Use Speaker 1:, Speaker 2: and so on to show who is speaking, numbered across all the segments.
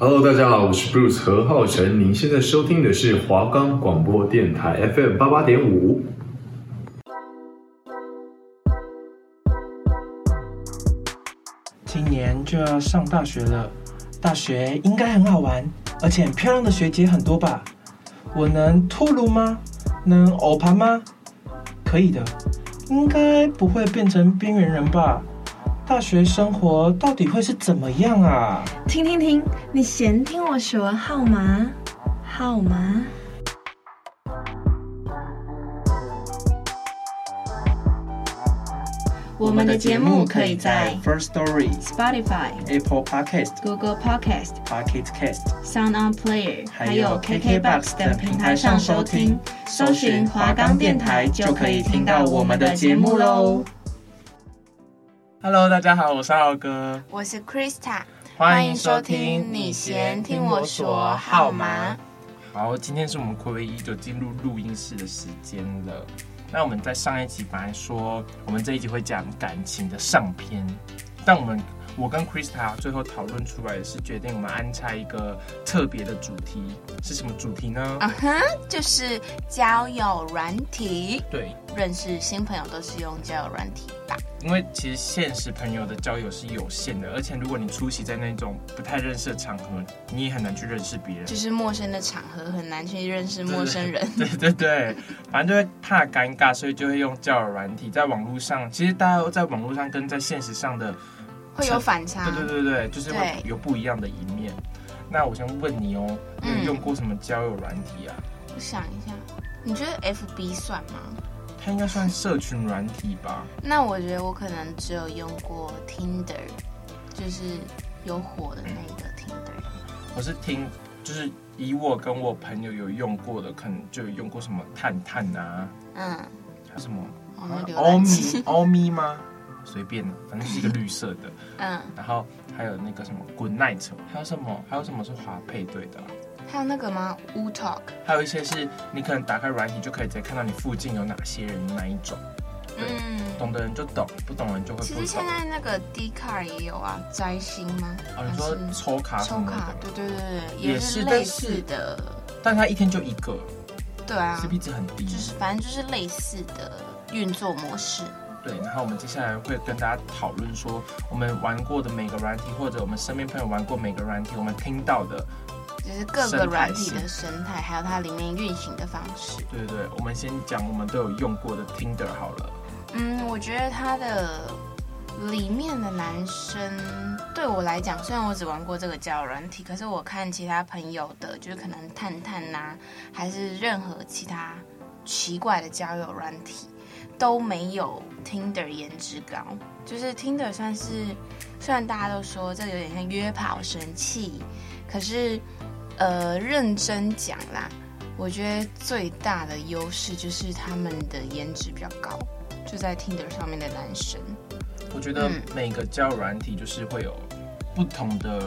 Speaker 1: Hello，大家好，我是 Bruce 何浩晨，您现在收听的是华冈广播电台 FM 八八点五。
Speaker 2: 今年就要上大学了，大学应该很好玩，而且很漂亮的学姐很多吧？我能脱乳吗？能欧盘吗？可以的，应该不会变成边缘人吧？大学生活到底会是怎么样啊？
Speaker 3: 听听听，你嫌听我说号码号码？我们的节目可以在
Speaker 2: First Story、
Speaker 3: Spotify、
Speaker 2: Apple Podcast、
Speaker 3: Google Podcast、
Speaker 2: Pocket Cast、
Speaker 3: Sound On Player，
Speaker 2: 还
Speaker 3: 还
Speaker 2: 有
Speaker 3: 有
Speaker 2: KKBOX
Speaker 3: KKBox
Speaker 2: 等
Speaker 3: 等
Speaker 2: 平
Speaker 3: 平
Speaker 2: 台
Speaker 3: 台
Speaker 2: 上
Speaker 3: 上
Speaker 2: 收
Speaker 3: 收
Speaker 2: 听
Speaker 3: 听，
Speaker 2: 搜
Speaker 3: 搜
Speaker 2: 寻
Speaker 3: 寻
Speaker 2: 华
Speaker 3: 华
Speaker 2: 冈
Speaker 3: 冈
Speaker 2: 电
Speaker 3: 电
Speaker 2: 台
Speaker 3: 台
Speaker 2: 就
Speaker 3: 就
Speaker 2: 可
Speaker 3: 可
Speaker 2: 以
Speaker 3: 以
Speaker 2: 听
Speaker 3: 听
Speaker 2: 到
Speaker 3: 到
Speaker 2: 我
Speaker 3: 我
Speaker 2: 们
Speaker 3: 们
Speaker 2: 的
Speaker 3: 的
Speaker 2: 节
Speaker 3: 节
Speaker 2: 目
Speaker 3: 目
Speaker 2: 喽
Speaker 3: 喽。
Speaker 2: Hello，大家好，我是浩哥，
Speaker 4: 我是 Krista，
Speaker 2: 欢
Speaker 4: 欢
Speaker 2: 迎
Speaker 4: 迎
Speaker 2: 收
Speaker 4: 收
Speaker 2: 听
Speaker 4: 听
Speaker 2: 你
Speaker 4: 你
Speaker 2: 嫌
Speaker 4: 嫌
Speaker 2: 听
Speaker 4: 听
Speaker 2: 我
Speaker 4: 我
Speaker 2: 说
Speaker 4: 说
Speaker 2: 号
Speaker 4: 号
Speaker 2: 码
Speaker 4: 码。
Speaker 2: 好，今天是我们暌违已久进入录音室的时间了。那我们在上一集本来说我们这一集会讲感情的上篇，但我们我跟 Krista 最后讨论出来的是决定我们安插一个特别的主题，是什么主题呢？
Speaker 3: 啊
Speaker 4: 嗯哼，就是交友软体，
Speaker 2: 对，
Speaker 4: 认识新朋友都是用交友软体吧？
Speaker 2: 因为其实现实朋友的交友是有限的，而且如果你出席在那种不太认识的场合，你也很难去认识别人
Speaker 4: 就。是陌生的场合很难去认识陌生人。
Speaker 2: 对 对对，反正就会怕尴尬，所以就会用交友软体。在网络上，其实大家都在网络上跟在现实上的，
Speaker 4: 会有反差。
Speaker 2: 对对对对，就是会
Speaker 4: 对
Speaker 2: 有不一样的一面。那我想问你哦，你有
Speaker 4: 嗯
Speaker 2: 用过什么交友软体啊？
Speaker 4: 我想一下，你觉得 FB 算吗？
Speaker 2: 它应该算社群软体吧？
Speaker 4: 那我觉得我可能只有用过 Tinder，就是有火的那个 Tinder。
Speaker 2: 我是听，就是以我跟我朋友有用过的，可能就有用过什么探探啊，
Speaker 4: 嗯，
Speaker 2: 还有什么
Speaker 4: 我们哦浏
Speaker 2: 欧
Speaker 4: 览
Speaker 2: 米
Speaker 4: 器。
Speaker 2: 欧米吗？随便啊，反正是一个绿色的。
Speaker 4: 嗯，
Speaker 2: 然后还有那个什么 Good Night，还有什么还有什么是华配对的啊、
Speaker 4: 还有那个吗？U Talk。
Speaker 2: 还有一些是你可能打开软体就可以直接看到你附近有哪些人的那一种，对
Speaker 4: 嗯。
Speaker 2: 懂的人就懂，不懂的人就会
Speaker 4: 其
Speaker 2: 不
Speaker 4: 实
Speaker 2: 懂
Speaker 4: 现。在那个 d c a r 也有啊，摘星吗？
Speaker 2: 哦，你说
Speaker 4: 啊还是
Speaker 2: 抽卡什
Speaker 4: 抽
Speaker 2: 么的
Speaker 4: 卡
Speaker 2: 吗，，
Speaker 4: 对对对对，
Speaker 2: 也是
Speaker 4: 是
Speaker 2: 但
Speaker 4: 类
Speaker 2: 是
Speaker 4: 似的，
Speaker 2: 但它一天就一个
Speaker 4: 对啊，
Speaker 2: ，CP 值很低
Speaker 4: 就。是反正就是类似的运作模式。
Speaker 2: 对，然后我们接下来会跟大家讨论说，我们玩过的每个软体，或者我们身边朋友玩过每个软体，我们听到的，
Speaker 4: 就是各
Speaker 2: 生态
Speaker 4: 个软体的
Speaker 2: 系
Speaker 4: 生态，还有它里面运行的方式。
Speaker 2: 对对对，我们先讲我们都有用过的 Tinder 好了。
Speaker 4: 嗯，我觉得它的里面的男生对我来讲，虽然我只玩过这个交友软体，可是我看其他朋友的，就是可能探探呐、还是任何其他奇怪的交友软体，都没有 Tinder 颜值高。就是 Tinder 算是，虽然大家都说这个有点像约炮神器，可是呃，认真讲啦。我觉得最大的优势就是他们的颜值比较高，就在 Tinder 上面的男生，
Speaker 2: 我觉得
Speaker 4: 嗯
Speaker 2: 每个交友软体就是会有不同的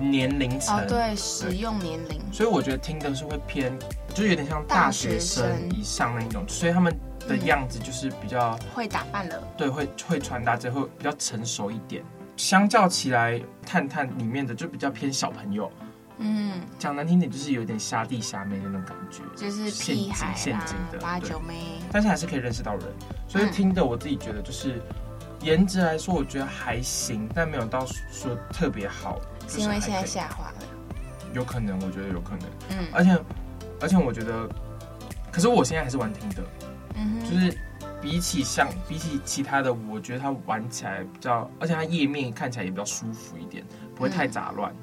Speaker 2: 年龄层，
Speaker 4: 哦，对，使用年龄，
Speaker 2: 所以我觉得听的是会偏，就是有点像大学
Speaker 4: 大
Speaker 2: 生
Speaker 4: 学生
Speaker 2: 以上那一种，所以他们的样子就是比较、
Speaker 4: 会打扮了，
Speaker 2: 对，会会穿搭这会比较成熟一点。相较起来，探探里面的就比较偏小朋友，
Speaker 4: 嗯，
Speaker 2: 讲难听点就是有点虾弟虾妹的那种感觉，
Speaker 4: 就是
Speaker 2: 陷
Speaker 4: 屁
Speaker 2: 阱
Speaker 4: 孩
Speaker 2: 陷
Speaker 4: 啦
Speaker 2: 阱的，
Speaker 4: 八
Speaker 2: 对
Speaker 4: 九妹，
Speaker 2: 但是还是可以认识到人。所以
Speaker 4: 嗯
Speaker 2: 听的我自己觉得就是颜值来说，我觉得还行，但没有到说特别好，就是
Speaker 4: 因为现在
Speaker 2: 还可以
Speaker 4: 下滑了，
Speaker 2: 有可能，我觉得有可能，
Speaker 4: 嗯
Speaker 2: 而且而且我觉得，可是我现在还是玩听的，
Speaker 4: 嗯
Speaker 2: 就
Speaker 4: 哼，
Speaker 2: 是。比起像比起其他的，我觉得它玩起来比较，而且它页面看起来也比较舒服一点，不会太杂乱，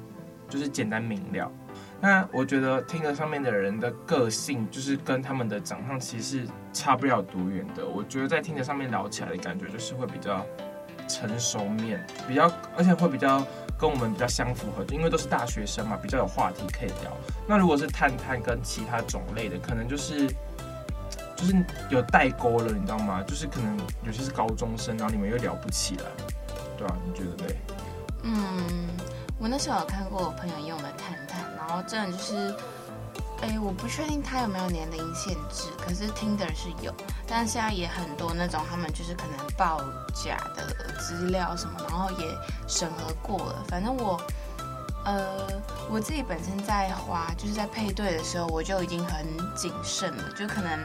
Speaker 2: 就是简单明了。那我觉得听的上面的人的个性，就是跟他们的长相其实是差不了多远的。我觉得在听的上面聊起来的感觉，就是会比较成熟面，比较而且会比较跟我们比较相符合，因为都是大学生嘛，比较有话题可以聊。那如果是探探跟其他种类的，可能就是就是有代沟了，你知道吗？就是可能有些是高中生，然后你们又聊不起来，对啊，你觉得嘞？
Speaker 4: 嗯，我那时候有看过我朋友用的探探，然后真的就是。哎，我不确定他有没有年龄限制，可是 Tinder 是有，但现在也很多那种他们就是可能报假的资料什么，然后也审核过了。反正我，呃，我自己本身在花，就是在配对的时候，我就已经很谨慎了。就可能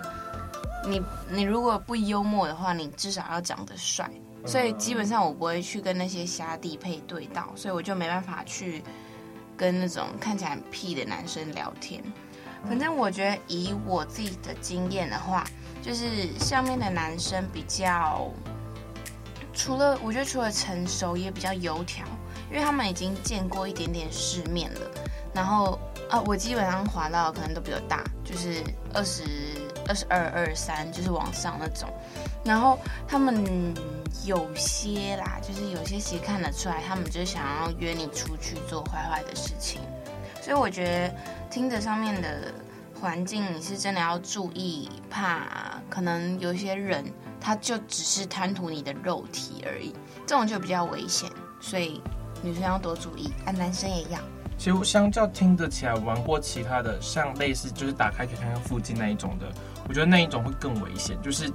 Speaker 4: 你你如果不幽默的话，你至少要长得帅。所以基本上我不会去跟那些虾弟配对到，所以我就没办法去跟那种看起来很屁的男生聊天。反正我觉得以我自己的经验的话，就是上面的男生比较，除了我觉得除了成熟，也比较油条，因为他们已经见过一点点世面了。然后啊，我基本上滑到的可能都比较大，就是二十二、十二、二三，就是往上那种。然后他们有些啦，就是有些其实看得出来，他们就是想要约你出去做坏坏的事情。所以我觉得听着上面的环境，你是真的要注意，怕可能有些人他就只是贪图你的肉体而已，这种就比较危险。所以女生要多注意啊，男生也要。
Speaker 2: 其实相较听得起来，玩过其他的，像类似就是打开可以看看附近那一种的，我觉得那一种会更危险，就是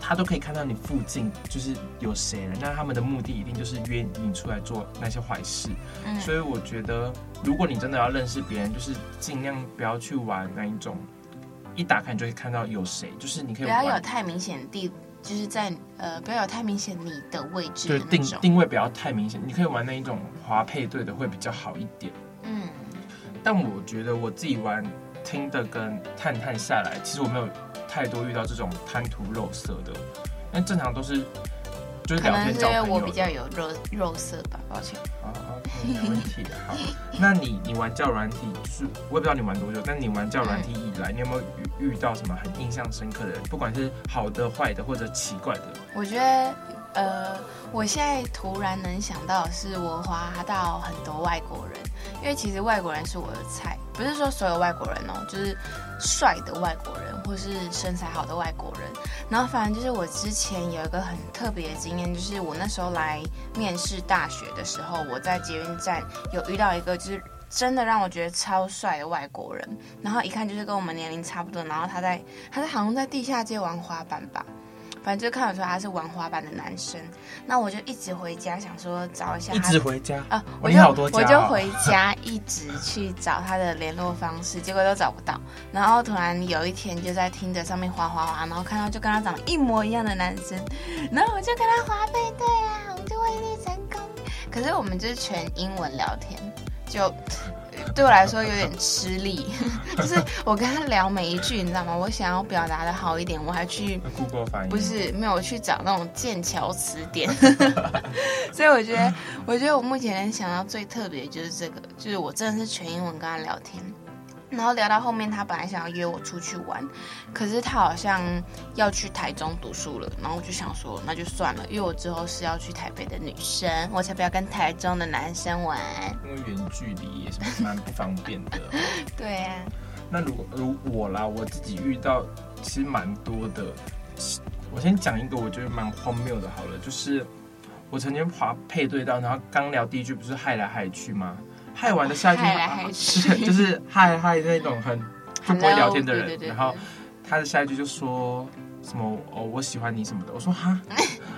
Speaker 2: 他都可以看到你附近就是有谁了，那他们的目的一定就是约你出来做那些坏事。
Speaker 4: 嗯，
Speaker 2: 所以我觉得，如果你真的要认识别人，就是尽量不要去玩那一种，一打开你就会看到有谁，就是你可以
Speaker 4: 不要有
Speaker 2: 玩。
Speaker 4: 太明显地，就是在呃，不要有太明显你的位置
Speaker 2: 对
Speaker 4: 的那
Speaker 2: 定
Speaker 4: 种。
Speaker 2: 定位不要太明显，你可以玩那一种滑配对的会比较好一点。
Speaker 4: 嗯，
Speaker 2: 但我觉得我自己玩听的跟探探下来，其实我没有太多遇到这种贪图肉色的，那正常都是就是
Speaker 4: 可
Speaker 2: 聊
Speaker 4: 能
Speaker 2: 天
Speaker 4: 是
Speaker 2: 交
Speaker 4: 因
Speaker 2: 朋
Speaker 4: 为
Speaker 2: 友的。
Speaker 4: 我比较有肉肉色吧，抱歉。
Speaker 2: 好，OK，没问题。好， 那你你玩教软体，就是我也不知道你玩多久，但你玩教软体
Speaker 4: 嗯
Speaker 2: 以来，你有没有遇遇到什么很印象深刻的人？不管是好的、坏的，或者奇怪的，
Speaker 4: 我觉得，呃，我现在突然能想到的是我滑到很多外国人，因为其实外国人是我的菜，不是说所有外国人哦，就是帅的外国人或是身材好的外国人。然后反正就是我之前有一个很特别的经验，就是我那时候来面试大学的时候，我在捷运站有遇到一个就是。真的让我觉得超帅的外国人，然后一看就是跟我们年龄差不多，然后他在他在好像在地下街玩滑板吧，反正就看得出来他是玩滑板的男生。那我就一直回家想说找一下
Speaker 2: 一
Speaker 4: 他
Speaker 2: 直回家。
Speaker 4: 啊，我
Speaker 2: 哇你
Speaker 4: 就
Speaker 2: 好多家
Speaker 4: 我就
Speaker 2: 哦
Speaker 4: 回家一直去找他的联络方式，结果都找不到。然后突然有一天就在听着上面滑滑滑，然后看到就跟他长得一模一样的男生，然后我就跟他滑背对啊，我们就未必成功。可是我们就是全英文聊天，就。对我来说有点吃力， 就是我跟他聊每一句，你知道吗？我想要表达的好一点，我还去
Speaker 2: 那 Google 翻译
Speaker 4: 不是没有去找那种剑桥词 典，所以我觉得，我觉得我目前能想到最特别的就是这个，就是我真的是全英文跟他聊天，然后聊到后面，他本来想要约我出去玩，可是他好像要去台中读书了，然后我就想说那就算了，因为我之后是要去台北的女生，我才不要跟台中的男生玩。
Speaker 2: 因为远距离也是蛮不方便的。
Speaker 4: 对啊，
Speaker 2: 那如果如我啦，我自己遇到其实蛮多的。我先讲一个我觉得蛮荒谬的，好了，就是我曾经滑配对到，然后刚聊第一句不是嗨来嗨去吗？嗨完的下一句
Speaker 4: 嗨来嗨去
Speaker 2: 就是就是嗨嗨那种很就不会聊天的
Speaker 4: Hello，对对
Speaker 2: 人，
Speaker 4: 对
Speaker 2: 然后他的下一句就说什么哦我喜欢你什么的，我说哈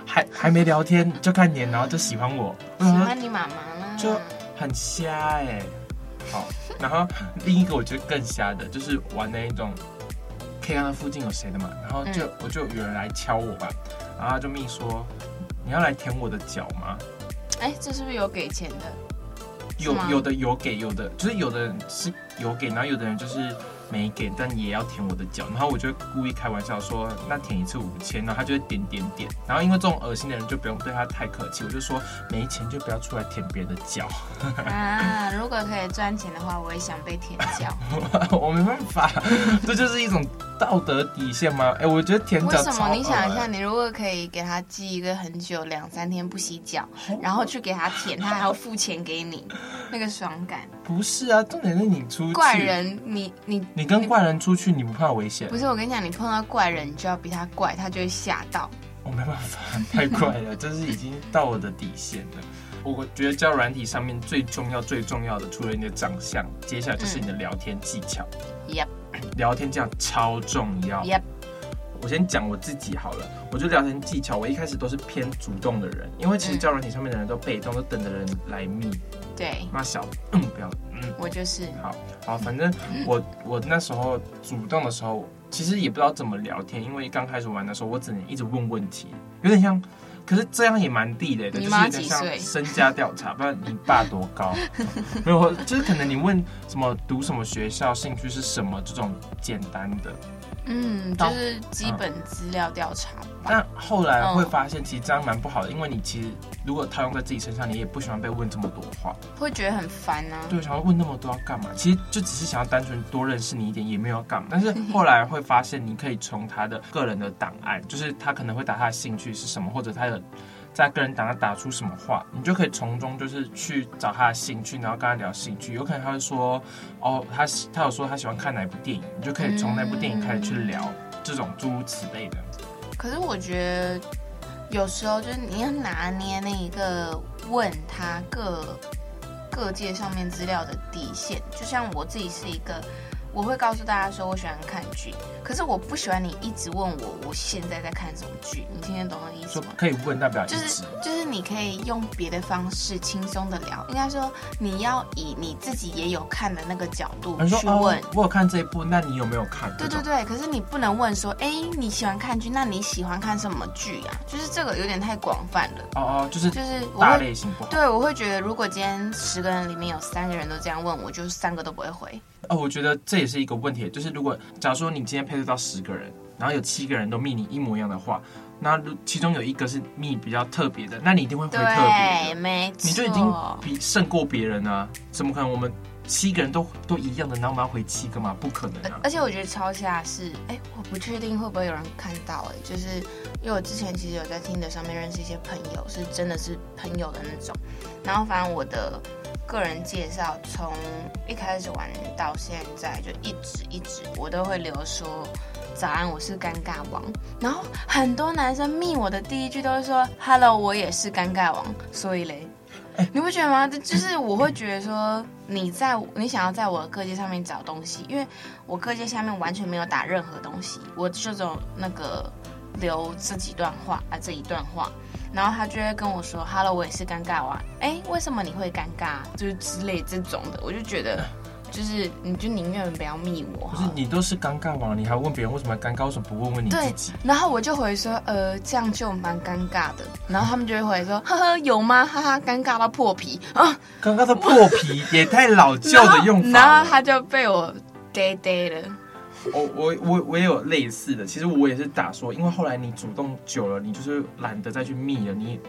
Speaker 2: 还还没聊天就看你，然后就喜欢我，我
Speaker 4: 喜
Speaker 2: 想说
Speaker 4: 欢你妈妈啦，
Speaker 2: 嗯就很瞎哎、好，然后另一个我觉得更瞎的，就是玩那一种，可以看到附近有谁的嘛，然后就、
Speaker 4: 嗯
Speaker 2: 我就有人来敲我吧，然后他就命说你要来舔我的脚吗？
Speaker 4: 哎，这是不是有给钱的？
Speaker 2: 有
Speaker 4: 是吗
Speaker 2: 有的有给，有的就是有的人是有给，然后有的人就是没给，但也要舔我的脚，然后我就故意开玩笑说那舔一次五千，然后他就会点点点，然后因为这种恶心的人就不用对他太客气，我就说没钱就不要出来舔别人的脚。
Speaker 4: 啊，如果可以赚钱的话，我也想被舔 脚。
Speaker 2: 我没办法，这就是一种道德底线吗？哎、我觉得舔
Speaker 4: 为
Speaker 2: 脚
Speaker 4: 什
Speaker 2: 超
Speaker 4: 么？你想一下，
Speaker 2: 恶
Speaker 4: 你如果可以给他寄一个很久两三天不洗 脚，然后去给他舔，他还要付钱给你，那个爽感。
Speaker 2: 不是啊，重点是你出去
Speaker 4: 怪，人，你你
Speaker 2: 你跟怪人出去，你不怕危险
Speaker 4: 不？是我跟你讲，你碰到怪人，你就要比他怪，他就会吓到。
Speaker 2: 我没办法，太怪了， 这是已经到我的底线了。我觉得交友软体上面最重要、最重要的，除了你的长相，接下来就是你的聊天技巧。
Speaker 4: Yep
Speaker 2: 聊天技巧超重要。
Speaker 4: 嗯 yep，
Speaker 2: 我先讲我自己好了，我就聊天技巧，我一开始都是偏主动的人，因为其实
Speaker 4: 嗯
Speaker 2: 交友软体上面的人都被动，都等着人来密。
Speaker 4: 对，
Speaker 2: 妈小，嗯，不要，嗯，嗯
Speaker 4: 我就是
Speaker 2: 好，好，啊反正我我那时候主动的时候，其实也不知道怎么聊天，因为刚开始玩的时候，我只能一直问问题，有点像，可是这样也蛮地雷的，
Speaker 4: 你
Speaker 2: 就是
Speaker 4: 妈
Speaker 2: 有点
Speaker 4: 几
Speaker 2: 像
Speaker 4: 岁
Speaker 2: 身家调查，不然你爸多 高，没有，就是可能你问什么读什么学校，兴趣是什么这种简单的，
Speaker 4: 嗯，就
Speaker 2: 到
Speaker 4: 是基本资料调查吧。
Speaker 2: 但后来会
Speaker 4: 嗯
Speaker 2: 发现其实这样蛮不好的，因为你其实如果套用在自己身上，你也不喜欢被问这么多话，
Speaker 4: 会觉得很烦啊。
Speaker 2: 对，想要问那么多要干嘛？其实就只是想要单纯多认识你一点，也没有要干嘛。 但是后来会发现，你可以从他的个人的档案，就是他可能会打他的兴趣是什么，或者他的在个人档案打出什么话，你就可以从中就是去找他的兴趣，然后跟他聊兴趣。有可能他会说，哦，他喜他有说他喜欢看哪一部电影，你就可以从那部电影开始去
Speaker 4: 嗯
Speaker 2: 聊这种诸如此类的。
Speaker 4: 可是我觉得有时候就是你要拿捏那一个问他各各界上面资料的底线。就像我自己是一个，我会告诉大家说我喜欢看剧，可是我不喜欢你一直问我我现在在看什么剧，你听得懂我的意思
Speaker 2: 说
Speaker 4: 吗？
Speaker 2: 可以问代表一
Speaker 4: 就是
Speaker 2: 直。
Speaker 4: 就是你可以用别的方式轻松的聊，应该说你要以你自己也有看的那个角度
Speaker 2: 你说
Speaker 4: 去
Speaker 2: 哦
Speaker 4: 问。，
Speaker 2: 我有看这一部，那你有没有看？
Speaker 4: 对
Speaker 2: 这种
Speaker 4: 对对，可是你不能问说，哎，你喜欢看剧，那你喜欢看什么剧啊？就是这个有点太广泛了。
Speaker 2: 哦哦，就是
Speaker 4: 就是我
Speaker 2: 大
Speaker 4: 会，
Speaker 2: 类型不好。
Speaker 4: 对我会觉得，如果今天十个人里面有三个人都这样问我，就三个都不会回。
Speaker 2: 哦，我觉得这也是一个问题，就是如果假如说你今天配对到十个人，然后有七个人都密你一模一样的话，那如其中有一个是密比较特别的，那你一定会回特别
Speaker 4: 对，
Speaker 2: 的，
Speaker 4: 没错。
Speaker 2: 你就已经比胜过别人啊！怎么可能我们七个人都都一样的，然后我们要回七个嘛？不可能啊！
Speaker 4: 而且我觉得超瞎是，哎、我不确定会不会有人看到、哎，就是因为我之前其实有在听的上面认识一些朋友，是真的是朋友的那种。然后反正我的个人介绍从一开始玩到现在，就一直一直我都会留说。早安，我是尴尬王。然后很多男生密我的第一句都会说：“Hello，我也是尴尬王。”所以嘞，你不觉得吗？这就是我会觉得说，你在你想要在我的各界上面找东西，因为我各界下面完全没有打任何东西，我就只有那个留这几段话啊这一段话，然后他就会跟我说：“Hello，我也是尴尬哇，哎，为什么你会尴尬？啊就是之类这种的，我就觉得。就是，你就宁愿不要密
Speaker 2: 不
Speaker 4: 我好
Speaker 2: 是
Speaker 4: 了。
Speaker 2: 你都是尴尬王，你还问别人为什么要尴尬，为什么不问问你自
Speaker 4: 对
Speaker 2: 己？，
Speaker 4: 然后我就回说，呃，这样就蛮尴尬的。然后他们就会回说，呵呵，有吗？哈哈，尴尬到破皮啊！
Speaker 2: 刚刚的破皮也太老旧的用法了
Speaker 4: 然 后然后他就被我呆呆了。
Speaker 2: 我我我我也有类似的，其实我也是打说，因为后来你主动久了，你就是懒得再去密了，你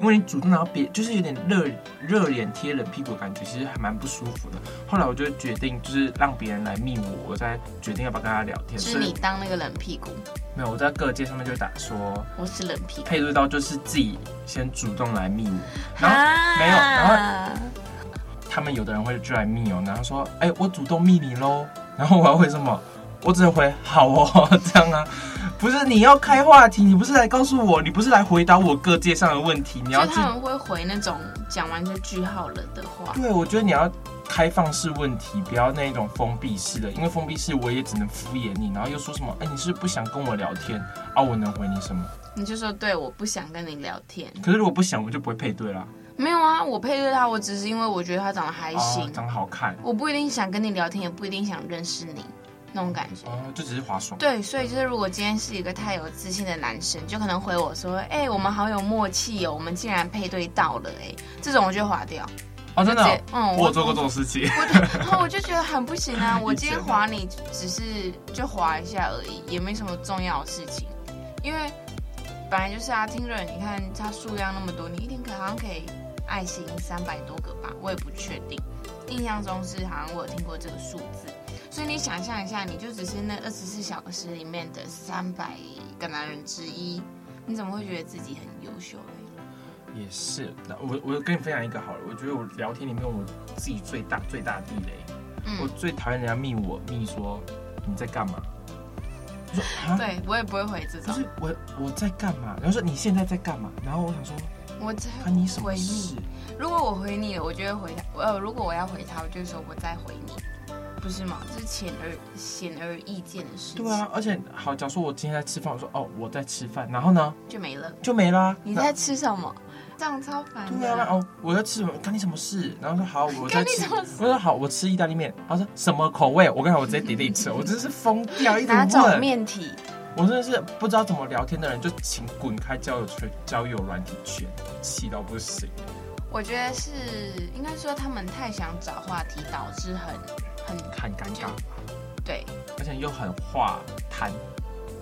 Speaker 2: 因为你主动然后别就是有点热热脸贴冷屁股的感觉，其实还蛮不舒服的。后来我就决定就是让别人来密我，我再决定要不要跟他聊天。
Speaker 4: 就是
Speaker 2: 所
Speaker 4: 你
Speaker 2: 以
Speaker 4: 当那个冷屁股，
Speaker 2: 没有我在各界上面就打说
Speaker 4: 我是冷屁股。
Speaker 2: 配对到就是自己先主动来密我，然后
Speaker 4: 啊
Speaker 2: 没有然他们有的人会就来密我，然后说哎、我主动密你喽， 然后我要回什么？我只能回好哦， 这样啊，不是你要开话题，你不是来告诉我，你不是来回答我各界上的问题，你要
Speaker 4: 就
Speaker 2: 去
Speaker 4: 他们会回那种讲完就句号了的话。
Speaker 2: 对，我觉得你要开放式问题，不要那一种封闭式的，因为封闭式我也只能敷衍你，然后又说什么，哎，你是不想跟我聊天啊？我能回你什么？
Speaker 4: 你就说对，我不想跟你聊天。
Speaker 2: 可是如果不想，我就不会配对啦。
Speaker 4: 没有啊，我配对他，我只是因为我觉得他长得还
Speaker 2: 哦
Speaker 4: 行，
Speaker 2: 长得好看，
Speaker 4: 我不一定想跟你聊天，也不一定想认识你，那种感觉。
Speaker 2: 哦，就只是划爽。
Speaker 4: 对，所以就是如果今天是一个太有自信的男生，就可能回我说：“哎、我们好有默契哦，我们竟然配对到了。”哎，这种我就划掉。
Speaker 2: 哦，真的
Speaker 4: 直
Speaker 2: 哦
Speaker 4: 接，嗯，
Speaker 2: 我有做过这种事情。
Speaker 4: 我就，然后我就觉得很不行啊！我今天
Speaker 2: 理解
Speaker 4: 划你只是就划一下而已，也没什么重要的事情，因为本来就是啊，听着你看它数量那么多，你一天可好像可以爱心三百多个吧，我也不确定，印象中是好像我有听过这个数字，所以你想象一下，你就只是那二十四小时里面的三百个男人之一，你怎么会觉得自己很优秀呢？
Speaker 2: 也是，那我我跟你分享一个好了，我觉得我聊天里面我自己最大最大地雷，
Speaker 4: 嗯
Speaker 2: 我最讨厌人家密我密说你在干嘛，我 说啊，
Speaker 4: 对我也不会回这
Speaker 2: 不
Speaker 4: 种，
Speaker 2: 是我我在干嘛，然后说你现在在干嘛，然后我想说
Speaker 4: 我在
Speaker 2: 啊你什么
Speaker 4: 回你
Speaker 2: 事，
Speaker 4: 如果我回你了，我就会回他。呃，如果我要回他，我就会说我再回你。不是吗？这是显而显而易见的事情，
Speaker 2: 对啊，而且好，假如说我今天在吃饭，我说哦我在吃饭，然后呢
Speaker 4: 就没了。
Speaker 2: 就没啦。
Speaker 4: 你
Speaker 2: 那
Speaker 4: 在吃什么？这样超烦
Speaker 2: 对
Speaker 4: 的
Speaker 2: 啊，那哦我在吃什么？干你什么事？然后说好我在
Speaker 4: 干你
Speaker 2: 吃
Speaker 4: 什么，
Speaker 2: 我说好我吃意大利面。他说什么口味？我刚才我直接 delete 吃，我真是疯掉，一直
Speaker 4: 哪种
Speaker 2: 问。
Speaker 4: 面体？
Speaker 2: 我真的是不知道怎么聊天的人，就请滚开交友圈、交友软体圈，气到不行。
Speaker 4: 我觉得是应该说他们太想找话题，导致很很
Speaker 2: 很尴 尬，
Speaker 4: 对
Speaker 2: 而且又很话谈，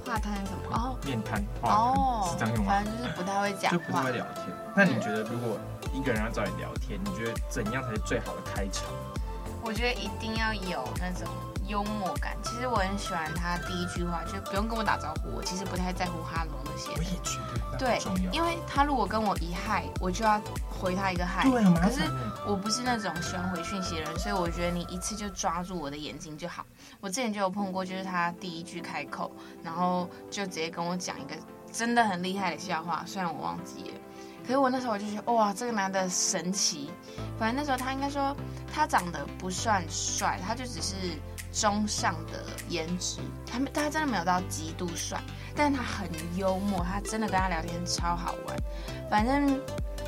Speaker 4: 话摊什么哦
Speaker 2: 面谈话谈
Speaker 4: 哦，
Speaker 2: 是这样用吗
Speaker 4: 反？正就是不太会讲
Speaker 2: 就不太
Speaker 4: 话
Speaker 2: 会。聊天。那你觉得如果一个人要找你聊天，你觉得怎样才是最好的开场？
Speaker 4: 我觉得一定要有那种幽默感。其实我很喜欢他第一句话，就不用跟我打招呼，我其实不太在乎哈喽那些
Speaker 2: 我。也觉得那
Speaker 4: 对
Speaker 2: 很重，要。
Speaker 4: 因为他如果跟我一嗨，我就要回他一个嗨。
Speaker 2: 对，很啊麻
Speaker 4: 可是
Speaker 2: 烦耶。
Speaker 4: 我不是那种喜欢回讯息的人，所以我觉得你一次就抓住我的眼睛就好。我之前就有碰过，就是他第一句开口，然后就直接跟我讲一个真的很厉害的笑话，虽然我忘记了。可是我那时候我就觉得，哇，这个男的神奇。反正那时候他应该说，他长得不算帅，他就只是中上的颜值，他没他真的没有到极度帅，但是他很幽默，他真的跟他聊天超好玩。反正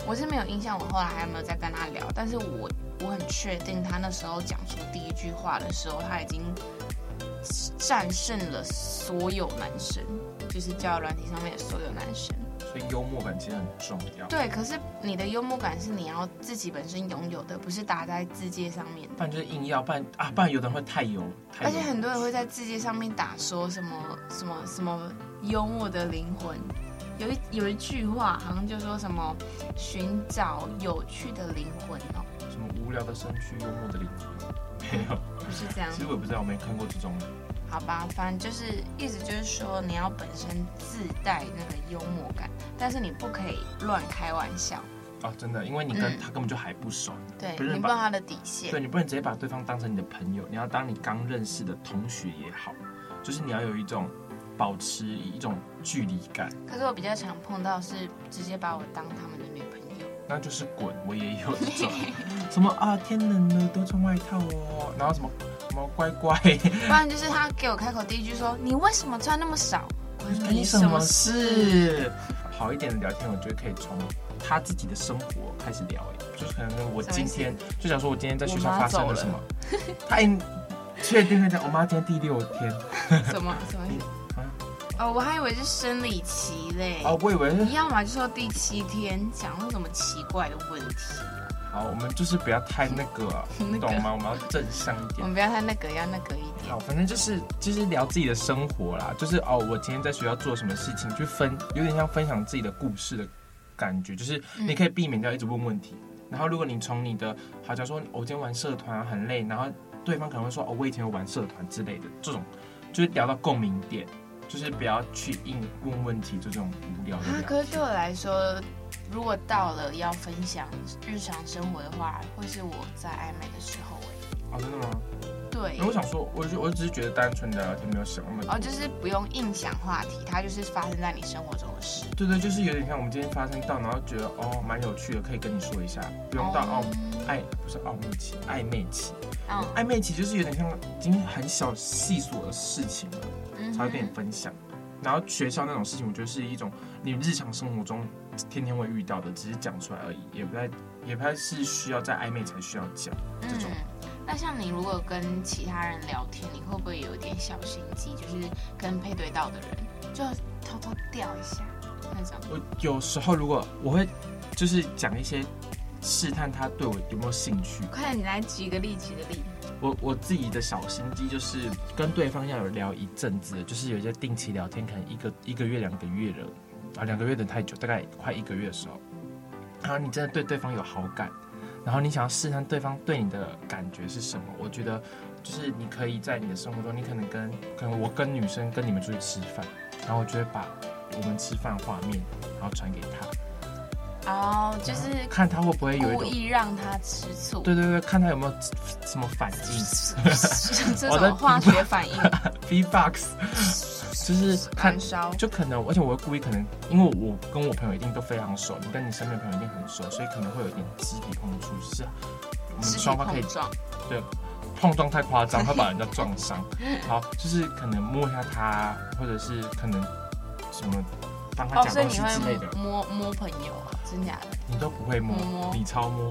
Speaker 4: 我是没有印象，我后来还有没有再跟他聊，但是我我很确定，他那时候讲出第一句话的时候，他已经战胜了所有男生，就是交友软体上面的所有男生。
Speaker 2: 所以幽默感其实很重要，
Speaker 4: 对，可是你的幽默感是你要自己本身拥有的，不是打在字界上面的。
Speaker 2: 不然就是硬要，不然啊，不然有的人会太油，太油
Speaker 4: 而且很多人会在字界上面打说什么什么什么幽默的灵魂，有一有一句话好像就说什么寻找有趣的灵魂哦，
Speaker 2: 什么无聊的身躯，幽默的灵魂。没有，
Speaker 4: 不是这样
Speaker 2: 其实我也不知道，我没看过这种。
Speaker 4: 好吧，反正就是意思就是说，你要本身自带那个幽默感，但是你不可以乱开玩笑，
Speaker 2: 啊，真的，因为你跟
Speaker 4: 嗯
Speaker 2: 他根本就还不熟，
Speaker 4: 对
Speaker 2: 不是
Speaker 4: 你不
Speaker 2: 把
Speaker 4: 知道他的底线
Speaker 2: 对。你不能直接把对方当成你的朋友，你要当你刚认识的同学也好，就是你要有一种保持一种距离感，
Speaker 4: 可是我比较常碰到是直接把我当他们的女朋友，
Speaker 2: 那就是滚，我也有这 种什么啊，天冷了多穿外套哦，然后什么什么乖乖，
Speaker 4: 不然就是他给我开口第一句说你为什么穿那么少，关
Speaker 2: 关你什么？事？好一点的聊天，我觉得可以从他自己的生活开始聊，哎，就是可能我
Speaker 4: 什么
Speaker 2: 今
Speaker 4: 意思
Speaker 2: 天就想说我今天在学校
Speaker 4: 我妈
Speaker 2: 发生了
Speaker 4: 走了
Speaker 2: 什 么，他一确定会讲，我妈今天第六天
Speaker 4: 什么什么意思
Speaker 2: 啊？
Speaker 4: 哦，我还以为是生理期嘞。
Speaker 2: 啊，我以为是
Speaker 4: 你要么就说第七天，讲那什么奇怪的问题，
Speaker 2: 好，我们就是不要太那个、啊，
Speaker 4: 那个嗯
Speaker 2: 懂吗？我们要正向一
Speaker 4: 我
Speaker 2: 点。
Speaker 4: 们不要太那个，要那个一点
Speaker 2: 好，。反正就是就是聊自己的生活啦，就是哦，我今天在学校做什么事情，去分，有点像分享自己的故事的感觉，就是你可以避免掉一直问问题。
Speaker 4: 嗯
Speaker 2: 然后如果你从你的，好，假如说哦我、今天玩社团、啊、很累，然后对方可能会说哦，我以前有玩社团之类的，这种就是聊到共鸣点，就是不要去硬问问题，就这种无聊的
Speaker 4: 啊，
Speaker 2: 聊。
Speaker 4: 可是对我来说，如果到了要分享日常生活的话，会是我在暧昧的时候哎、
Speaker 2: 哦，真的吗？
Speaker 4: 对
Speaker 2: 那，我想说，我就我只是觉得单纯的聊天没有想那么多。
Speaker 4: 哦，就是不用硬想话题，它就是发生在你生活中的事。
Speaker 2: 对对，就是有点像我们今天发生到，然后觉得哦蛮有趣的，可以跟你说一下，不用到哦暧不是暧昧期，暧昧期，
Speaker 4: 嗯
Speaker 2: 暧昧期就是有点像已经很小细琐的事情了，
Speaker 4: 嗯
Speaker 2: 才会跟你分享。然后学校那种事情，我觉得是一种你日常生活中天天会遇到的，只是讲出来而已，也不太也不太是需要在暧昧才需要讲。这种
Speaker 4: 嗯。那像你如果跟其他人聊天，你会不会有一点小心机，就是跟配对到的人就偷偷掉一下那种？
Speaker 2: 我有时候如果我会就是讲一些试探他对我有没有兴趣，
Speaker 4: 快点，你来举个例，举个例。
Speaker 2: 我我自己的小心机就是跟对方要有聊一阵子，就是有一些定期聊天，可能一个一个月、两个月了，啊，两个月等太久，大概快一个月的时候，然后你真的对对方有好感，然后你想要试探对方对你的感觉是什么，我觉得就是你可以在你的生活中，你可能跟可能我跟女生跟你们出去吃饭，然后我就会把我们吃饭画面，然后传给他，
Speaker 4: 哦，就是
Speaker 2: 然后看他会不哎会有一
Speaker 4: 故
Speaker 2: 种。
Speaker 4: 意让他吃醋。
Speaker 2: 对对对，看他有没有什么反应。
Speaker 4: 这
Speaker 2: 我在
Speaker 4: 种化学反应
Speaker 2: V-box，就是 看
Speaker 4: 燃烧。
Speaker 2: 就可能，而且我会故意可能，因为我跟我朋友一定都非常熟，你跟你身边的朋友一定很熟，所以可能会有一点肢体碰触，就是我们
Speaker 4: 肢体
Speaker 2: 双方可以
Speaker 4: 碰撞，
Speaker 2: 对碰撞太夸张，会把人家撞伤。好，就是可能摸一下他，或者是可能什么帮他
Speaker 4: 哦，
Speaker 2: 讲
Speaker 4: 所以
Speaker 2: 东
Speaker 4: 你
Speaker 2: 西之类的
Speaker 4: 会，摸摸朋友啊，真假的？
Speaker 2: 你都不会摸，
Speaker 4: 摸
Speaker 2: 你超摸。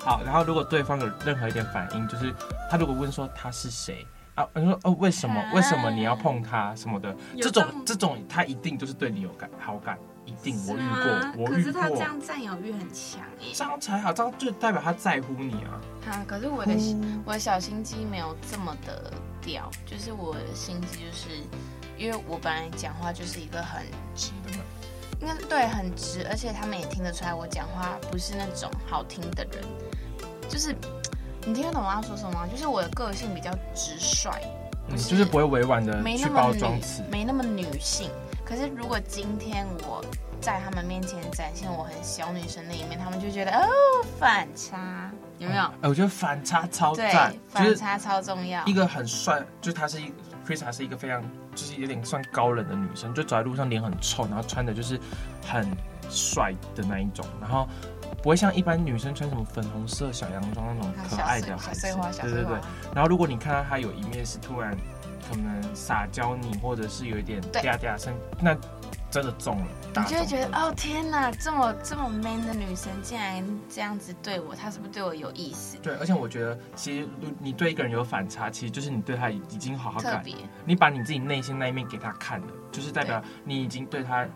Speaker 2: 好，然后如果对方有任何一点反应，就是他如果问说他是谁啊，你说哦为什么
Speaker 4: 啊
Speaker 2: 为什么你要碰他什么的，
Speaker 3: 有
Speaker 2: 这种
Speaker 3: 这么
Speaker 2: 这种他一定就是对你有感好感，一定我遇
Speaker 3: 吗
Speaker 2: 过，我
Speaker 3: 可
Speaker 2: 遇
Speaker 3: 是他这
Speaker 2: 过。
Speaker 3: 样占有欲很强欸耶。
Speaker 2: 这样才好，这样就代表他在乎你啊。
Speaker 4: 啊，可是我
Speaker 3: 哦
Speaker 4: 的、我的小心机没有这么的掉，就是我的心机就是，因为我本来讲话就是一个很，
Speaker 2: 是的嘛，
Speaker 4: 应该对很直，而且他们也听得出来我讲话不是那种好听的人，就是你听得懂我要说什么吗？就是我的个性比较直率，
Speaker 2: 嗯，
Speaker 4: 不是
Speaker 2: 就是不会委婉的
Speaker 4: 没
Speaker 2: 去
Speaker 4: 那
Speaker 2: 包
Speaker 4: 么
Speaker 2: 装
Speaker 4: 女
Speaker 2: 词，，
Speaker 4: 没那么女性。可是如果今天我在他们面前展现我很小女生的一面，他们就觉得哦反差，有没有？
Speaker 2: 哎、我觉得反差超
Speaker 4: 对
Speaker 2: 赞，，就
Speaker 4: 反
Speaker 2: 是
Speaker 4: 差超重要。
Speaker 2: 一个很帅，就是她是一 Krista 是一个非常就是有点算高冷的女生，就走在路上脸很臭，然后穿的就是很帅的那一种，然后不会像一般女生穿什么粉红色小洋装那种
Speaker 4: 啊
Speaker 2: 可
Speaker 4: 小
Speaker 2: 爱
Speaker 4: 碎
Speaker 2: 的
Speaker 4: 小
Speaker 2: 孩子
Speaker 4: 碎花，小
Speaker 2: 对
Speaker 4: 碎
Speaker 2: 对
Speaker 4: 花
Speaker 2: 对。然后如果你看到她有一面是突然可能撒娇你，或者是有一点
Speaker 4: 对
Speaker 2: 嗲嗲声，那真的中了，
Speaker 4: 你
Speaker 2: 大
Speaker 4: 就会
Speaker 2: 中
Speaker 4: 觉得
Speaker 2: 了
Speaker 4: 哦天哪，这么这么 man 的女生竟然这样子对我，她是不是对我有意思？
Speaker 2: 对，而且我觉得，其实如你对一个人有反差，其实就是你对他已已经好好
Speaker 4: 特
Speaker 2: 感
Speaker 4: 别，
Speaker 2: 你把你自己内心那一面给他看了，就是代表你已经对他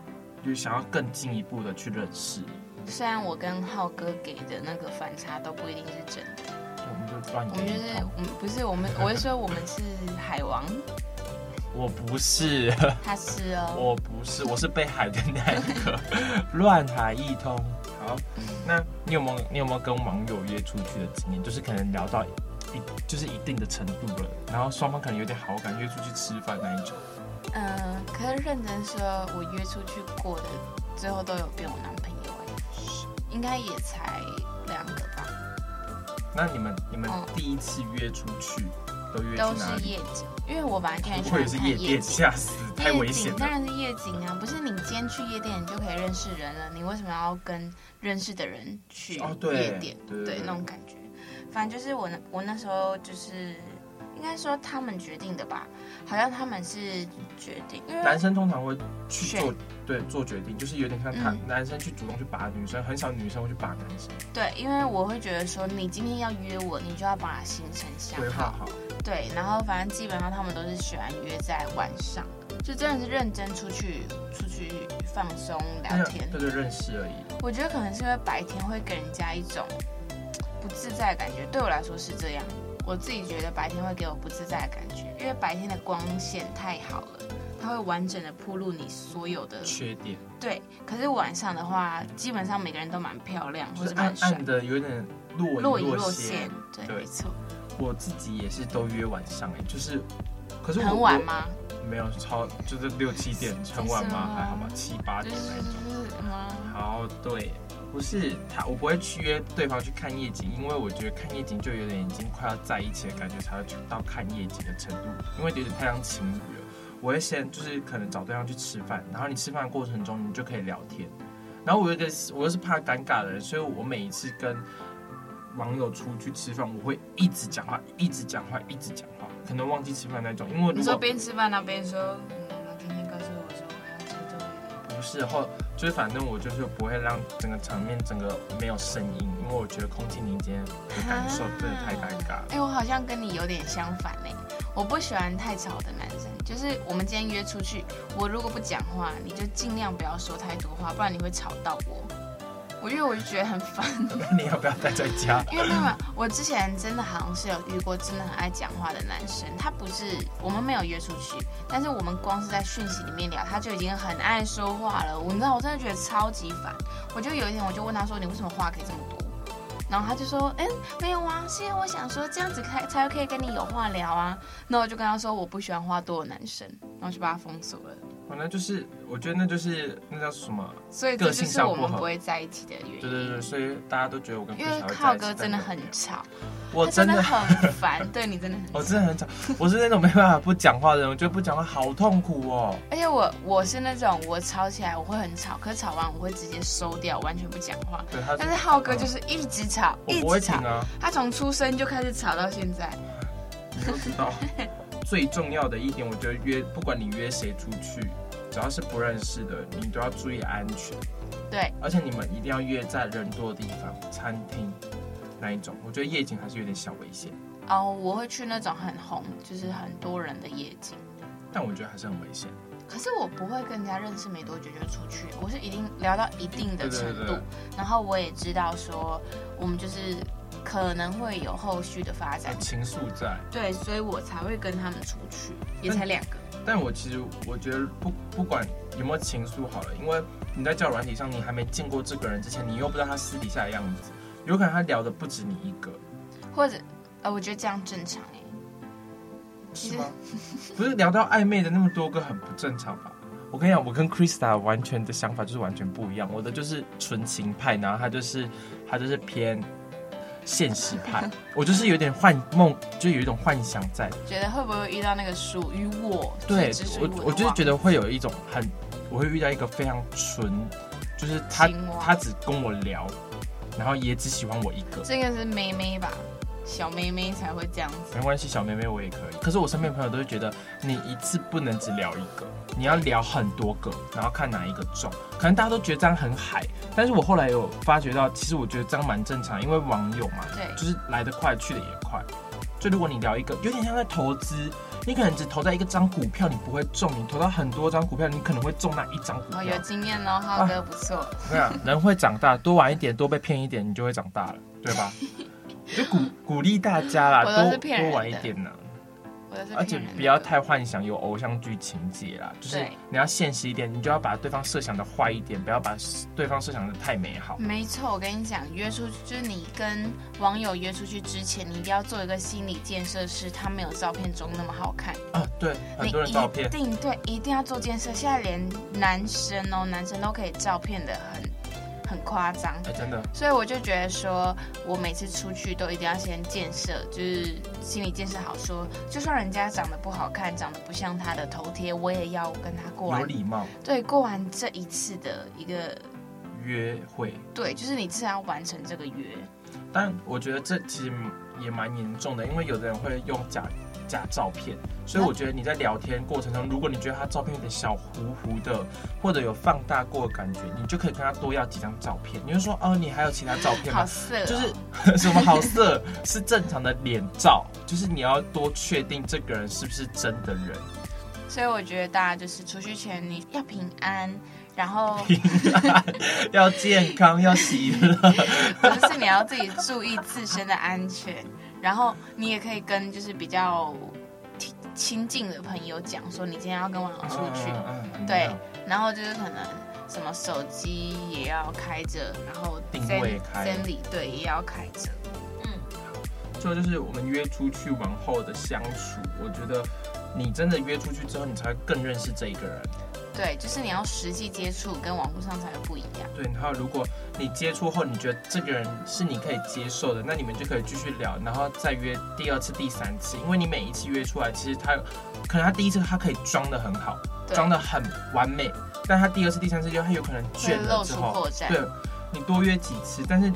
Speaker 2: 有想要更进一步的去认识。
Speaker 4: 虽然我跟浩哥给的那个反差都不一定是真的，
Speaker 2: 对我们就乱
Speaker 4: 我们就
Speaker 2: 给
Speaker 4: 是
Speaker 2: 一通。
Speaker 4: 我们不是我们，我是说我们是 海王，
Speaker 2: 我不是，
Speaker 4: 他是哦，
Speaker 2: 我不是，我是被海的那一个， 乱海一通。好，
Speaker 4: 嗯
Speaker 2: 那你有没有你有没有跟网友约出去的经验？就是可能聊到一就是一定的程度了，然后双方可能有点好感，约出去吃饭那一种。
Speaker 4: 嗯、可是认真说，我约出去过的，最后都有变我男朋友哎，应该也才两个吧，
Speaker 2: 那你们你们
Speaker 4: 嗯
Speaker 2: 第一次约出去都约
Speaker 4: 都
Speaker 2: 去哪
Speaker 4: 是
Speaker 2: 里？
Speaker 4: 夜景，因为我本来就很
Speaker 2: 不
Speaker 4: 喜
Speaker 2: 会
Speaker 4: 欢
Speaker 2: 是
Speaker 4: 看
Speaker 2: 夜
Speaker 4: 夜
Speaker 2: 店，
Speaker 4: 景。
Speaker 2: 吓死，太危险
Speaker 4: 夜景当
Speaker 2: 了。
Speaker 4: 然是夜景啊，不是你今天去夜店你就可以认识人了，你为什么要跟认识的人去
Speaker 2: 哦对
Speaker 4: 夜店？
Speaker 2: 对对对
Speaker 4: 那种感觉。反正就是我那我那时候就是应该说他们决定的吧，好像他们是决定，因
Speaker 2: 男
Speaker 4: 为
Speaker 2: 生通常会去做
Speaker 4: 啊选
Speaker 2: 对做决定，就是有点像他、
Speaker 4: 嗯
Speaker 2: 男生去主动去把女生，很少女生会去把男生
Speaker 4: 对，因为我会觉得说你今天要约我，你就要把行程想
Speaker 2: 规划
Speaker 4: 好。
Speaker 2: 好。
Speaker 4: 对，然后反正基本上他们都是喜欢约在晚上，就真的是认真出去出去放松聊天。
Speaker 2: 嗯对对，认识而已。
Speaker 4: 我觉得可能是因为白天会给人家一种不自在的感觉，对我来说是这样。我自己觉得白天会给我不自在的感觉，因为白天的光线太好了，它会完整的铺露你所有的
Speaker 2: 缺点
Speaker 4: 对。可是晚上的话，基本上每个人都蛮漂亮，
Speaker 2: 就
Speaker 4: 或
Speaker 2: 是
Speaker 4: 者
Speaker 2: 暗
Speaker 4: 蛮帅
Speaker 2: 暗，的，有点若
Speaker 4: 若
Speaker 2: 隐
Speaker 4: 隐若
Speaker 2: 现
Speaker 4: 现。。对，
Speaker 2: 对
Speaker 4: 没错。
Speaker 2: 我自己也是都约晚上哎、就是，可是我
Speaker 4: 很晚？吗？
Speaker 2: 我没有超就是六七点，很晚
Speaker 4: 真是
Speaker 2: 吗？
Speaker 4: 吗
Speaker 2: 还好吧，七八
Speaker 4: 就
Speaker 2: 点
Speaker 4: 是嗯
Speaker 2: 那一种。
Speaker 4: 吗？
Speaker 2: 好，对，不是他，我不会去约对方去看夜景，因为我觉得看夜景就有点已经快要在一起的感觉，才会去到看夜景的程度，因为有点太像情侣了。我会先就是可能找对方去吃饭，然后你吃饭的过程中你就可以聊天。然后我有一个我又是怕尴尬的人，所以我每一次跟网友出去吃饭，我会一直讲话，一直讲话，一直讲话，可能忘记吃饭那种。因为
Speaker 4: 你
Speaker 2: 如
Speaker 4: 说
Speaker 2: 果
Speaker 4: 边吃饭那边说，嗯，我今天告诉我说我要去做一点。
Speaker 2: 不是，后就是反正我就是不会让整个场面整个没有声音，因为我觉得空气凝结的感受真的太尴尬了。
Speaker 4: 哎、我好像跟你有点相反呢、我不喜欢太吵的男生。就是我们今天约出去，我如果不讲话，你就尽量不要说太多话，不然你会吵到我。我因为我就觉得很烦，
Speaker 2: 你要不要待在家？
Speaker 4: 因为那个我之前真的好像是有遇过真的很爱讲话的男生，他不是我们没有约出去，但是我们光是在讯息里面聊，他就已经很爱说话了。我你知道，我真的觉得超级烦。我就有一天我就问他说：“你为什么话可以这么多？”然后他就说：“嗯，没有啊，是因为我想说这样子才才可以跟你有话聊啊。”那我就跟他说我不喜欢话多的男生，然后就把他封锁了。
Speaker 2: 反正就是，我觉得那就是那叫什么？
Speaker 4: 所以这
Speaker 2: 个
Speaker 4: 就
Speaker 2: 性
Speaker 4: 是
Speaker 2: 上
Speaker 4: 我
Speaker 2: 不合
Speaker 4: 们不会在一起的原因。
Speaker 2: 对对对，所以大家都觉得我跟
Speaker 4: 因
Speaker 2: Chris
Speaker 4: 为
Speaker 2: 还会
Speaker 4: 浩
Speaker 2: 在一起
Speaker 4: 哥
Speaker 2: 但
Speaker 4: 真的
Speaker 2: 没有
Speaker 4: 很吵，
Speaker 2: 我
Speaker 4: 他
Speaker 2: 真的。
Speaker 4: 很烦，对你真的很烦。
Speaker 2: 我真的很吵，我是那种没办法不讲话的人，我觉得不讲话好痛苦哦。
Speaker 4: 而且我我是那种我吵起来我会很吵，可是吵完我会直接收掉，完全不讲话。
Speaker 2: 对，他嗯
Speaker 4: 但是浩哥就是一直吵，
Speaker 2: 啊我
Speaker 4: 一
Speaker 2: 不会
Speaker 4: 直
Speaker 2: 停
Speaker 4: 吵，
Speaker 2: 啊，
Speaker 4: 他从出生就开始吵到现在，
Speaker 2: 你都知道。最重要的一点，我觉得约，不管你约谁出去，只要是不认识的，你都要注意安全。
Speaker 4: 对，
Speaker 2: 而且你们一定要约在人多的地方，餐厅那一种。我觉得夜景还是有点小危险，
Speaker 4: 哦，我会去那种很红，就是很多人的夜景。
Speaker 2: 但我觉得还是很危险。
Speaker 4: 可是我不会跟人家认识没多久就出去，我是一定聊到一定的程度，
Speaker 2: 对对对
Speaker 4: 然后我也知道说我们就是可能会有后续的发展
Speaker 2: 有，情愫在，
Speaker 4: 对，所以我才会跟他们出去，也才两个。
Speaker 2: 但我其实我觉得不不管有没有情愫好了，因为你在交友软体上，你还没见过这个人之前，你又不知道他私底下的样子，有可能他聊的不止你一个，
Speaker 4: 或者，呃，我觉得这样正常哎、
Speaker 2: 是吗？ 不是聊到暧昧的那么多个很不正常吧？我跟你讲，我跟 Krista 完全的想法就是完全不一样。我的就是纯情派，然后他就是他就是偏现实 派，我就是有点幻梦，就有一种幻想在。
Speaker 4: 觉得会不会遇到那个属于我，
Speaker 2: 对
Speaker 4: 只属于
Speaker 2: 我，我
Speaker 4: 的
Speaker 2: 就是
Speaker 4: 网
Speaker 2: 觉得会有一种很，我会遇到一个非常纯，就是他
Speaker 4: 青蛙
Speaker 2: 他只跟我聊，然后也只喜欢我一个。
Speaker 4: 这个是妹妹吧，小妹妹才会这样子。
Speaker 2: 没关系，小妹妹我也可以。可是我身边朋友都会觉得，你一次不能只聊一个，你要聊很多个，然后看哪一个中。可能大家都觉得这样很海，但是我后来有发觉到，其实我觉得这样蛮正常，因为网友嘛，
Speaker 4: 对
Speaker 2: 就是来得快，去得也快。就如果你聊一个，有点像在投资，你可能只投在一个张股票，你不会中；你投到很多张股票，你可能会中那一张股
Speaker 4: 哦，
Speaker 2: 票
Speaker 4: 有。经验喽，浩哥不错。
Speaker 2: 对啊，人会长大，多玩一点，多被骗一点，你就会长大了，对 吧？就鼓鼓励大家啦，
Speaker 4: 我都
Speaker 2: 多
Speaker 4: 是骗人
Speaker 2: 多玩一
Speaker 4: 的
Speaker 2: 点呢、
Speaker 4: 我的是
Speaker 2: 而且
Speaker 4: 骗人的
Speaker 2: 不要太幻想有偶像剧情节啦，就是
Speaker 4: 对
Speaker 2: 你要现实一点，你就要把对方设想的坏一点，不要把对方设想的太美好。
Speaker 4: 没错，我跟你讲，约出去就是你跟网友约出去之前，你一定要做一个心理建设，是他没有照片中那么好看。
Speaker 2: 啊，对，很多人照片
Speaker 4: 你一定对，一定要做建设。现在连男生哦，男生都可以照片的很很夸张，
Speaker 2: 哎、真的，
Speaker 4: 所以我就觉得说，我每次出去都一定要先建设，就是心理建设好说，就算人家长得不好看，长得不像他的头贴，我也要跟他过
Speaker 2: 有
Speaker 4: 完，
Speaker 2: 礼貌，
Speaker 4: 对，过完这一次的一个。
Speaker 2: 约会。
Speaker 4: 对，就是你至少要完成这个约，
Speaker 2: 但我觉得这其实也蛮严重的，因为有的人会用假假照片，所
Speaker 4: 嗯
Speaker 2: 以我觉得你在聊天过程中，如果你觉得他照片有点小糊糊的，或者有放大过的感觉，你就可以跟他多要几张照片。你就说哦，你还有其他照片吗
Speaker 4: 好？色、哦，
Speaker 2: 就是 什么好色是正常的脸照，就是你要多确定这个人是不是真的 人。
Speaker 4: 所以我觉得大家就是出去前你要平安，然 后
Speaker 2: 要健康，要喜乐。
Speaker 4: 就是你要自己注意自身的安全，然后你也可以跟就是比较亲亲近的朋友讲说你今天要跟网友出去，
Speaker 2: 嗯嗯嗯
Speaker 4: 对
Speaker 2: 嗯，
Speaker 4: 然后就是可能什么手机也要开着，然后
Speaker 2: 定
Speaker 4: Zen-
Speaker 2: 位开
Speaker 4: Zen 里对也要开着，
Speaker 2: 最后就是我们约出去往后的相处，我觉得你真的约出去之后，你才会更认识这一个人。
Speaker 4: 对，就是你要实际接触跟网络上才会不一样。
Speaker 2: 对，然后如果你接触后，你觉得这个人是你可以接受的，那你们就可以继续聊，然后再约第二次、第三次，因为你每一次约出来，其实他可能他第一次他可以装的很好，
Speaker 4: 对
Speaker 2: 装的很完美，但他第二次、第三次就他有可能倦了之
Speaker 4: 会露出
Speaker 2: 后
Speaker 4: 破绽，
Speaker 2: 对你多约几次，但是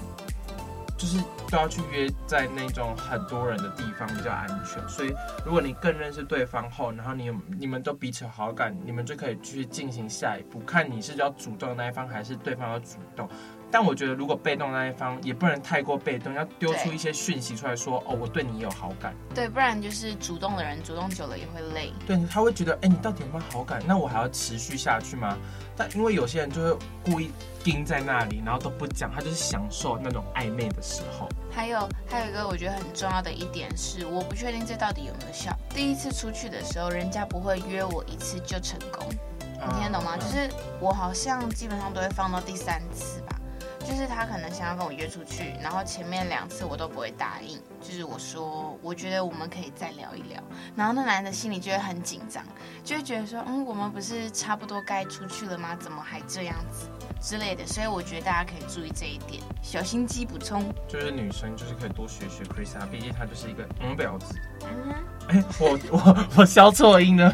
Speaker 2: 就是都要去约在那种很多人的地方比较安全。所以如果你更认识对方后，然后你你们都彼此有好感，你们就可以去进行下一步，看你是要主动的那一方还是对方要主动。但我觉得，如果被动的那一方也不能太过被动，要丢出
Speaker 4: 对
Speaker 2: 一些讯息出来说，哦，我对你有好感。
Speaker 4: 对，不然就是主动的人主动久了也会累。
Speaker 2: 对，他会觉得，哎、你到底有没有好感？那我还要持续下去吗？但因为有些人就会故意盯在那里，然后都不讲，他就是享受那种暧昧的时候。
Speaker 4: 还有还有一个我觉得很重要的一点是，我不确定这到底有没有效。第一次出去的时候，人家不会约我一次就成功，你听得懂吗？
Speaker 2: 嗯
Speaker 4: 就是我好像基本上都会放到第三次吧，就是他可能想要跟我约出去，然后前面两次我都不会答应，就是我说我觉得我们可以再聊一聊，然后那男的心里就会很紧张，就会觉得说，嗯，我们不是差不多该出去了吗？怎么还这样子之类的？所以我觉得大家可以注意这一点，小心机补充。
Speaker 2: 就是女生就是可以多学学 Krista，毕竟她就是一个嗯婊子。
Speaker 4: 嗯
Speaker 2: 哎、我我我消错音了，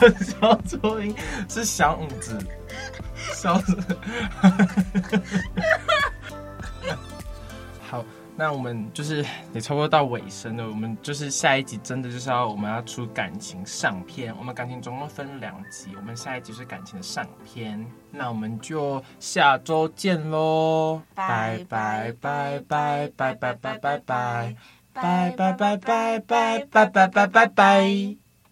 Speaker 2: 我消错音是小嗯子，消子。好，那我们就是也差不多到尾声了，我们就是下一集真的就是要我们要出感情上篇，我们感情总共分两集，我们下一集是感情的上篇，那我们就下周见喽，
Speaker 4: 拜拜拜拜拜拜拜拜拜拜
Speaker 2: 拜
Speaker 4: 拜
Speaker 2: 拜
Speaker 4: 拜
Speaker 2: 拜拜
Speaker 4: 拜
Speaker 2: 拜
Speaker 4: 拜
Speaker 2: 拜
Speaker 4: 拜拜
Speaker 2: 拜
Speaker 4: 拜
Speaker 2: 拜
Speaker 4: 拜
Speaker 2: 拜
Speaker 4: 拜
Speaker 2: 拜。